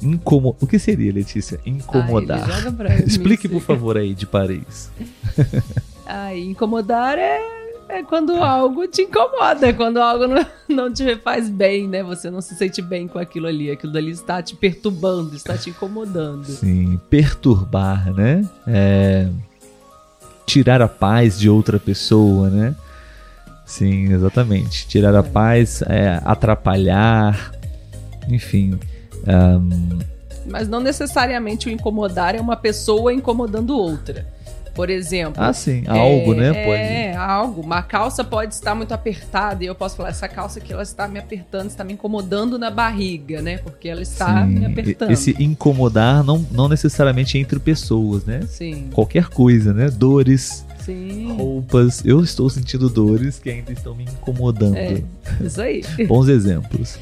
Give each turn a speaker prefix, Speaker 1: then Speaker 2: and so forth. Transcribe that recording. Speaker 1: Incomo... O que seria, Letícia? Incomodar.
Speaker 2: Ai, joga pra mim,
Speaker 1: Explique,
Speaker 2: sim.
Speaker 1: por favor, aí de Paris.
Speaker 2: Ai, incomodar é, é quando algo te incomoda, é quando algo não, não te faz bem, né? Você não se sente bem com aquilo ali. Aquilo ali está te perturbando, está te incomodando.
Speaker 1: Sim, perturbar, né? É, Tirar a paz de outra pessoa, né? Sim, exatamente. Tirar a paz, é, atrapalhar, enfim.
Speaker 2: Mas não necessariamente o incomodar é uma pessoa incomodando outra. Por exemplo.
Speaker 1: Ah, sim, algo,
Speaker 2: é,
Speaker 1: né?
Speaker 2: É, algo. Uma calça pode estar muito apertada e eu posso falar, essa calça aqui ela está me apertando, está me incomodando na barriga, né? Porque ela
Speaker 1: Sim,
Speaker 2: está me
Speaker 1: e-
Speaker 2: apertando.
Speaker 1: Esse incomodar não, não necessariamente entre pessoas, né?
Speaker 2: Sim,
Speaker 1: Qualquer coisa, né? Dores,
Speaker 2: sim.
Speaker 1: roupas. Eu estou sentindo dores que ainda estão me incomodando.
Speaker 2: É. Isso aí.
Speaker 1: Bons exemplos.